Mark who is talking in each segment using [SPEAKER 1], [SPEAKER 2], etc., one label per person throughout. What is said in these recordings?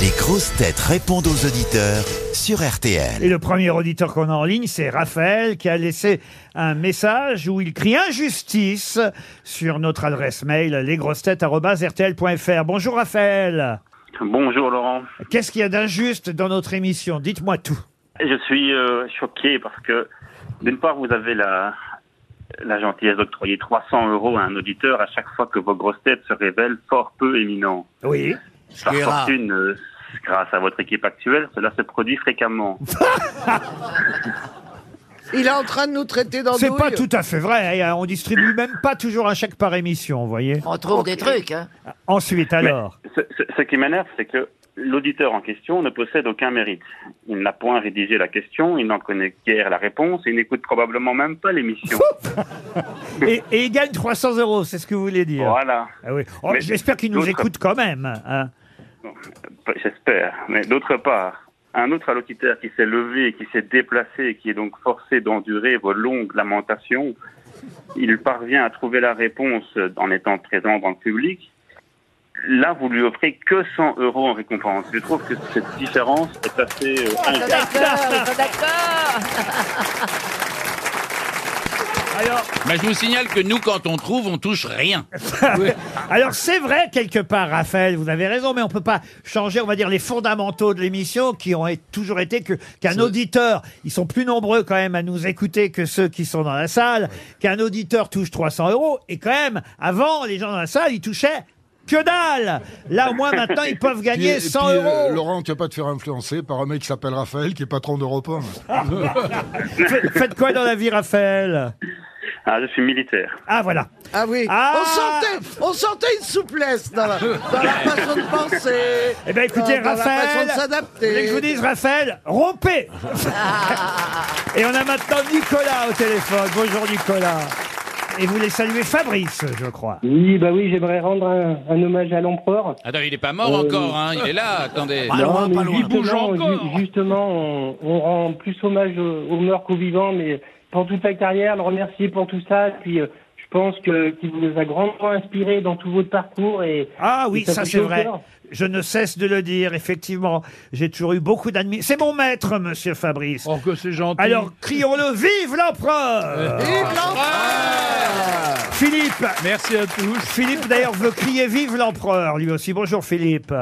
[SPEAKER 1] Les grosses têtes répondent aux auditeurs sur RTL.
[SPEAKER 2] Et le premier auditeur qu'on a en ligne, c'est Raphaël, qui a laissé un message où il crie injustice sur notre adresse mail lesgrossetêtes.rtl.fr. Bonjour Raphaël.
[SPEAKER 3] Bonjour Laurent.
[SPEAKER 2] Qu'est-ce qu'il y a d'injuste dans notre émission Dites-moi tout.
[SPEAKER 3] Je suis euh, choqué parce que d'une part vous avez la, la gentillesse d'octroyer 300 euros à un auditeur à chaque fois que vos grosses têtes se révèlent fort peu éminents.
[SPEAKER 2] Oui.
[SPEAKER 3] Par fortune, euh, grâce à votre équipe actuelle, cela se produit fréquemment.
[SPEAKER 4] Il est en train de nous traiter d'andouille.
[SPEAKER 2] Oh, C'est pas tout à fait vrai. hein. On distribue même pas toujours un chèque par émission, vous voyez.
[SPEAKER 5] On trouve des trucs, hein.
[SPEAKER 2] Ensuite, alors.
[SPEAKER 3] Ce, ce- ce qui m'énerve, c'est que l'auditeur en question ne possède aucun mérite. Il n'a point rédigé la question, il n'en connaît guère la réponse, il n'écoute probablement même pas l'émission.
[SPEAKER 2] Et, et il gagne 300 euros, c'est ce que vous voulez dire.
[SPEAKER 3] voilà.
[SPEAKER 2] Ah oui. Oh,
[SPEAKER 3] Mais
[SPEAKER 2] J'espère qu'il nous
[SPEAKER 3] d'autres-
[SPEAKER 2] écoute quand même. hein.
[SPEAKER 3] J'espère. Mais d'autre part, un autre allocuteur qui s'est levé, qui s'est déplacé, et qui est donc forcé d'endurer vos longues lamentations, il parvient à trouver la réponse en étant présent dans le public. Là, vous lui offrez que 100 euros en récompense. Je trouve que cette différence est assez euh, injuste.
[SPEAKER 5] D'accord, d'accord.
[SPEAKER 2] Alors,
[SPEAKER 6] Mais Bah, je vous signale que nous, quand on trouve, on touche rien.
[SPEAKER 2] Alors c'est vrai quelque part, Raphaël, vous avez raison, mais on peut pas changer, on va dire, les fondamentaux de l'émission qui ont é- toujours été que qu'un auditeur, ils sont plus nombreux quand même à nous écouter que ceux qui sont dans la salle, qu'un auditeur touche 300 euros et quand même avant les gens dans la salle ils touchaient que dalle. Là au moins maintenant ils peuvent
[SPEAKER 7] Puis-
[SPEAKER 2] gagner
[SPEAKER 7] et
[SPEAKER 2] 100
[SPEAKER 7] puis, euh,
[SPEAKER 2] euros.
[SPEAKER 7] Laurent, tu vas pas te faire influencer par un mec qui s'appelle Raphaël, qui est patron d'Europe 1.
[SPEAKER 2] Fa- Faites quoi dans la vie, Raphaël
[SPEAKER 3] Ah, je suis militaire.
[SPEAKER 2] Ah voilà.
[SPEAKER 4] Ah oui.
[SPEAKER 2] Ah.
[SPEAKER 4] On, sentait, on sentait une souplesse dans la, dans la façon de penser.
[SPEAKER 2] Eh bien écoutez,
[SPEAKER 4] Ah, dans, dans la façon
[SPEAKER 2] Raphaël,
[SPEAKER 4] de
[SPEAKER 2] vous voulez que
[SPEAKER 4] s'adapter.
[SPEAKER 2] je vous dise, Raphaël, rompez
[SPEAKER 4] Ah.
[SPEAKER 2] Et on a maintenant Nicolas au téléphone. Bonjour Nicolas. Et vous voulez saluer Fabrice, je crois.
[SPEAKER 8] Oui, bah oui, j'aimerais rendre un, un hommage à l'empereur.
[SPEAKER 6] Attends, il est pas mort encore, hein. Il est là, attendez.
[SPEAKER 2] Pas loin,
[SPEAKER 8] mais
[SPEAKER 2] pas loin.
[SPEAKER 8] justement, ju- justement, on, on rend plus hommage aux, aux morts qu'aux vivants, mais pour toute la carrière, le remercier pour tout ça. Puis euh, je pense que qu'il vous a grandement inspiré dans tout votre parcours et
[SPEAKER 2] Ah oui,
[SPEAKER 8] Ça
[SPEAKER 2] ça
[SPEAKER 8] fait
[SPEAKER 2] c'est
[SPEAKER 8] chaud au
[SPEAKER 2] vrai.
[SPEAKER 8] cœur.
[SPEAKER 2] Je ne cesse de le dire, effectivement. J'ai toujours eu beaucoup d'admiration. C'est mon maître, monsieur Fabrice.
[SPEAKER 9] Oh, que c'est gentil.
[SPEAKER 2] Alors, crions-le, vive l'empereur
[SPEAKER 4] Vive l'empereur
[SPEAKER 2] Philippe
[SPEAKER 9] Merci à tous.
[SPEAKER 2] Philippe, d'ailleurs, veut crier vive l'empereur, lui aussi. Bonjour, Philippe.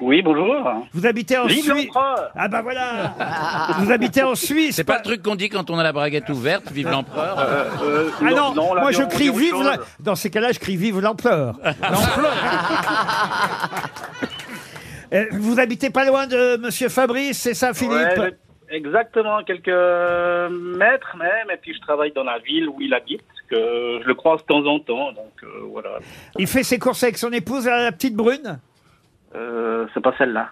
[SPEAKER 3] Oui, bonjour.
[SPEAKER 2] Vous habitez en
[SPEAKER 3] Vive
[SPEAKER 2] Suisse.
[SPEAKER 3] l'empereur
[SPEAKER 2] Ah bah voilà Vous habitez en Suisse
[SPEAKER 6] C'est pas le truc qu'on dit quand on a la braguette ouverte, vive l'empereur. euh.
[SPEAKER 2] Ah non, moi je crie vive la- Dans ces cas-là, je crie vive l'ampleur. Euh, Vous habitez pas loin de Monsieur Fabrice, c'est ça, Philippe
[SPEAKER 10] Ouais, j'ai- exactement, quelques mètres même, et puis je travaille dans la ville où il habite, que je le croise de temps en temps, donc euh, voilà.
[SPEAKER 2] Il fait ses courses avec son épouse, la la petite brune
[SPEAKER 3] Euh, c'est pas celle-là.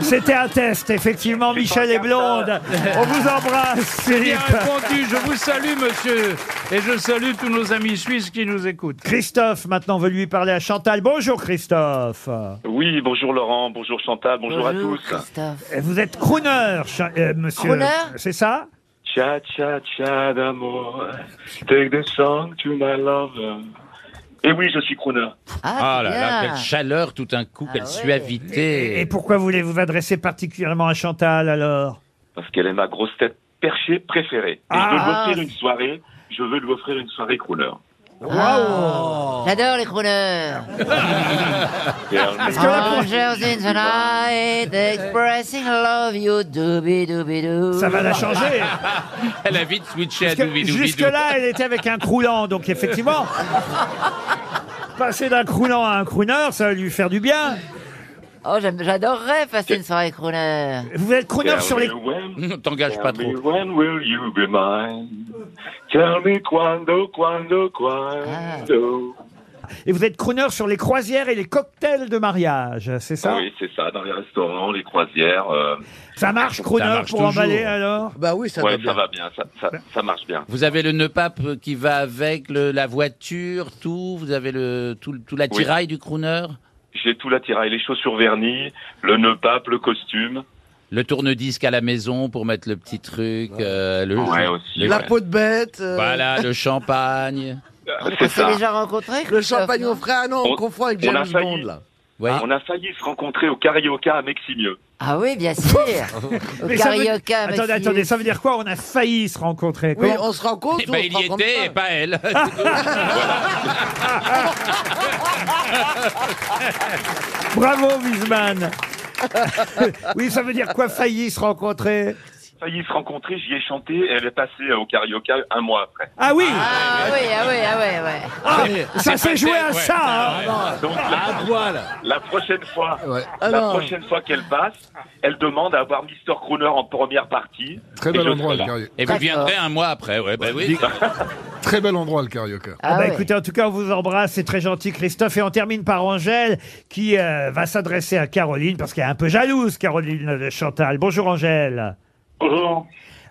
[SPEAKER 2] C'était un test, effectivement, Michel est blonde. On vous embrasse,
[SPEAKER 9] Bien
[SPEAKER 2] Philippe.
[SPEAKER 9] répondu. Je vous salue, monsieur. Et je salue tous nos amis suisses qui nous écoutent.
[SPEAKER 2] Christophe, maintenant, veut lui parler à Chantal. Bonjour, Christophe. Euh,
[SPEAKER 10] Oui, bonjour Laurent, bonjour Chantal,
[SPEAKER 5] Christophe.
[SPEAKER 2] Vous êtes crooner, Cha- euh, monsieur.
[SPEAKER 5] Crooner
[SPEAKER 2] C'est ça
[SPEAKER 10] Cha cha cha d'amour, take the song to my lover. Et oui, je suis crooner.
[SPEAKER 5] Ah,
[SPEAKER 6] Ah là là, quelle chaleur tout un coup, quelle
[SPEAKER 5] ouais.
[SPEAKER 2] Ah Et
[SPEAKER 6] suavité.
[SPEAKER 2] pourquoi voulez-vous vous adresser particulièrement à Chantal, alors
[SPEAKER 10] Parce qu'elle est ma grosse tête perchée préférée. Et
[SPEAKER 2] Ah.
[SPEAKER 10] je veux lui offrir une soirée, je veux lui offrir une soirée crooner.
[SPEAKER 5] Waouh. Ah. J'adore les crooners.
[SPEAKER 10] Et alors,
[SPEAKER 2] Parce que là, pour-
[SPEAKER 5] Angels in the night, expressing love you dooby dooby doo.
[SPEAKER 2] Ça va la changer.
[SPEAKER 6] Elle a vite switché à
[SPEAKER 2] Parce que
[SPEAKER 6] Doubidou.
[SPEAKER 2] Jusque-là, elle était avec un croulant, donc effectivement, passer d'un croulant à un crooner, ça va lui faire du bien.
[SPEAKER 5] Oh, j'aime- j'adorerais passer une soirée crooner.
[SPEAKER 2] Vous êtes crooner
[SPEAKER 10] Tell
[SPEAKER 2] sur les...
[SPEAKER 10] me when-
[SPEAKER 6] T'engages pas
[SPEAKER 10] Tell me
[SPEAKER 6] trop.
[SPEAKER 10] when will you be mine? Tell me quando, quando, quando.
[SPEAKER 2] Et vous êtes crooner sur les croisières et les cocktails de mariage, c'est
[SPEAKER 5] Ah.
[SPEAKER 2] ça
[SPEAKER 10] Oui, c'est ça, dans les restaurants, les croisières. euh,
[SPEAKER 2] Ça marche, crooner,
[SPEAKER 6] marche
[SPEAKER 2] pour
[SPEAKER 6] toujours.
[SPEAKER 2] emballer, alors
[SPEAKER 4] Bah oui, ça
[SPEAKER 10] ouais,
[SPEAKER 4] va
[SPEAKER 10] ça
[SPEAKER 4] bien.
[SPEAKER 10] va bien, ça, ça, ça marche bien.
[SPEAKER 6] Vous avez le nœud pape qui va avec le- la voiture, tout. Vous avez le tout, tout l'attirail du crooner,
[SPEAKER 10] J'ai tout l'attirail, les chaussures vernies, le nœud pape, le costume.
[SPEAKER 6] le tourne-disque à la maison pour mettre le petit truc, euh, le
[SPEAKER 10] Ouais, aussi.
[SPEAKER 4] La
[SPEAKER 10] ouais.
[SPEAKER 4] peau de bête. euh,
[SPEAKER 6] voilà, le champagne.
[SPEAKER 10] Euh,
[SPEAKER 5] On
[SPEAKER 10] C'est
[SPEAKER 5] s'est
[SPEAKER 10] ça.
[SPEAKER 5] déjà rencontrés
[SPEAKER 4] Le
[SPEAKER 5] Christophe,
[SPEAKER 4] champagne
[SPEAKER 5] non
[SPEAKER 4] au frère. Ah non, on,
[SPEAKER 10] On-
[SPEAKER 4] confond avec
[SPEAKER 10] on a
[SPEAKER 4] James
[SPEAKER 10] failli.
[SPEAKER 4] Bond, là.
[SPEAKER 6] Oui.
[SPEAKER 5] On a failli se rencontrer au Carioca à Meximieux.
[SPEAKER 11] Ah oui, bien sûr. Au
[SPEAKER 2] Mais ça veut-
[SPEAKER 11] Carioca,
[SPEAKER 2] Attendez,
[SPEAKER 11] Maxime.
[SPEAKER 2] attendez, ça veut dire quoi On a failli se rencontrer.
[SPEAKER 11] Oui,
[SPEAKER 2] Comment-
[SPEAKER 11] on se rencontre
[SPEAKER 6] Eh ben, il y était et pas elle.
[SPEAKER 2] Bravo, Wiesmann. oui, ça veut dire quoi Failli se rencontrer
[SPEAKER 5] Failli se rencontrer, j'y ai chanté, et elle est passée au Carioca un mois après.
[SPEAKER 2] Ah oui
[SPEAKER 11] Ah oui, ah oui, ah oui, ouais.
[SPEAKER 2] Ah, ça s'est joué à ça hein.
[SPEAKER 5] Donc, la, la prochaine fois, la
[SPEAKER 2] Alors.
[SPEAKER 5] prochaine fois qu'elle passe, elle demande à avoir Mister Crooner en première partie.
[SPEAKER 7] Très
[SPEAKER 5] Et
[SPEAKER 7] bel
[SPEAKER 5] je
[SPEAKER 7] endroit,
[SPEAKER 5] serai
[SPEAKER 7] le
[SPEAKER 5] là.
[SPEAKER 7] Carioca.
[SPEAKER 6] Et vous viendrez un mois après, ouais, bah oui.
[SPEAKER 7] Très bel endroit, le Carioca.
[SPEAKER 2] Ah bah écoutez, en tout cas, on vous embrasse, c'est très gentil Christophe. Et on termine par Angèle qui euh, va s'adresser à Caroline parce qu'elle est un peu jalouse, Caroline de Chantal. Bonjour Angèle.
[SPEAKER 3] Bonjour.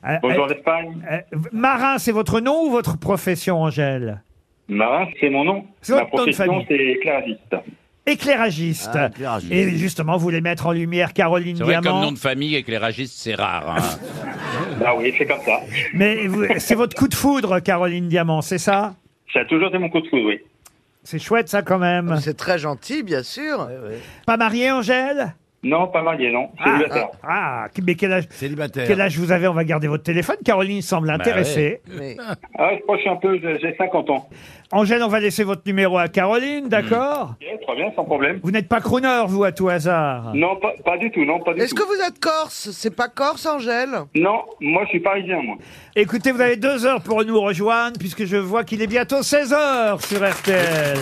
[SPEAKER 2] Euh,
[SPEAKER 3] Bonjour
[SPEAKER 5] Eh.
[SPEAKER 2] euh,
[SPEAKER 3] l'Espagne.
[SPEAKER 2] euh, Marin, c'est votre nom ou votre profession, Angèle
[SPEAKER 3] Marin, c'est mon nom.
[SPEAKER 2] C'est
[SPEAKER 3] Ma
[SPEAKER 2] votre nom de
[SPEAKER 3] profession,
[SPEAKER 2] famille.
[SPEAKER 3] c'est éclairagiste.
[SPEAKER 2] Éclairagiste.
[SPEAKER 6] Ah, éclairagiste.
[SPEAKER 2] Et justement, vous voulez mettre en lumière Caroline
[SPEAKER 6] C'est vrai, comme
[SPEAKER 2] Diamant.
[SPEAKER 6] nom de famille, éclairagiste, c'est rare. hein.
[SPEAKER 3] Ah oui, c'est comme ça.
[SPEAKER 2] Mais vous- c'est votre coup de foudre, Caroline Diamant, c'est ça
[SPEAKER 3] Ça a toujours été mon coup de foudre, oui.
[SPEAKER 2] C'est chouette ça quand même.
[SPEAKER 4] C'est très gentil, bien sûr.
[SPEAKER 2] Pas mariée, Angèle
[SPEAKER 3] Non, pas marié, non.
[SPEAKER 2] ah,
[SPEAKER 3] Célibataire.
[SPEAKER 2] ah, ah, mais quel âge,
[SPEAKER 12] Célibataire.
[SPEAKER 2] quel âge vous avez On va garder votre téléphone. Caroline semble intéressée.
[SPEAKER 4] Mais-
[SPEAKER 3] Ah, je crois que je suis un peu, j'ai j'ai 50 ans.
[SPEAKER 2] Angèle, on va laisser votre numéro à Caroline, d'accord
[SPEAKER 3] Ok, très bien, sans problème.
[SPEAKER 2] Vous n'êtes pas crooner, vous, à tout hasard
[SPEAKER 3] Non, pas, pas du tout, non, pas du
[SPEAKER 4] Est-ce
[SPEAKER 3] tout.
[SPEAKER 4] que vous êtes corse C'est pas corse, Angèle
[SPEAKER 3] Non, moi je suis parisien, moi.
[SPEAKER 2] Écoutez, vous avez deux heures pour nous rejoindre, puisque je vois qu'il est bientôt 16 heures sur RTL.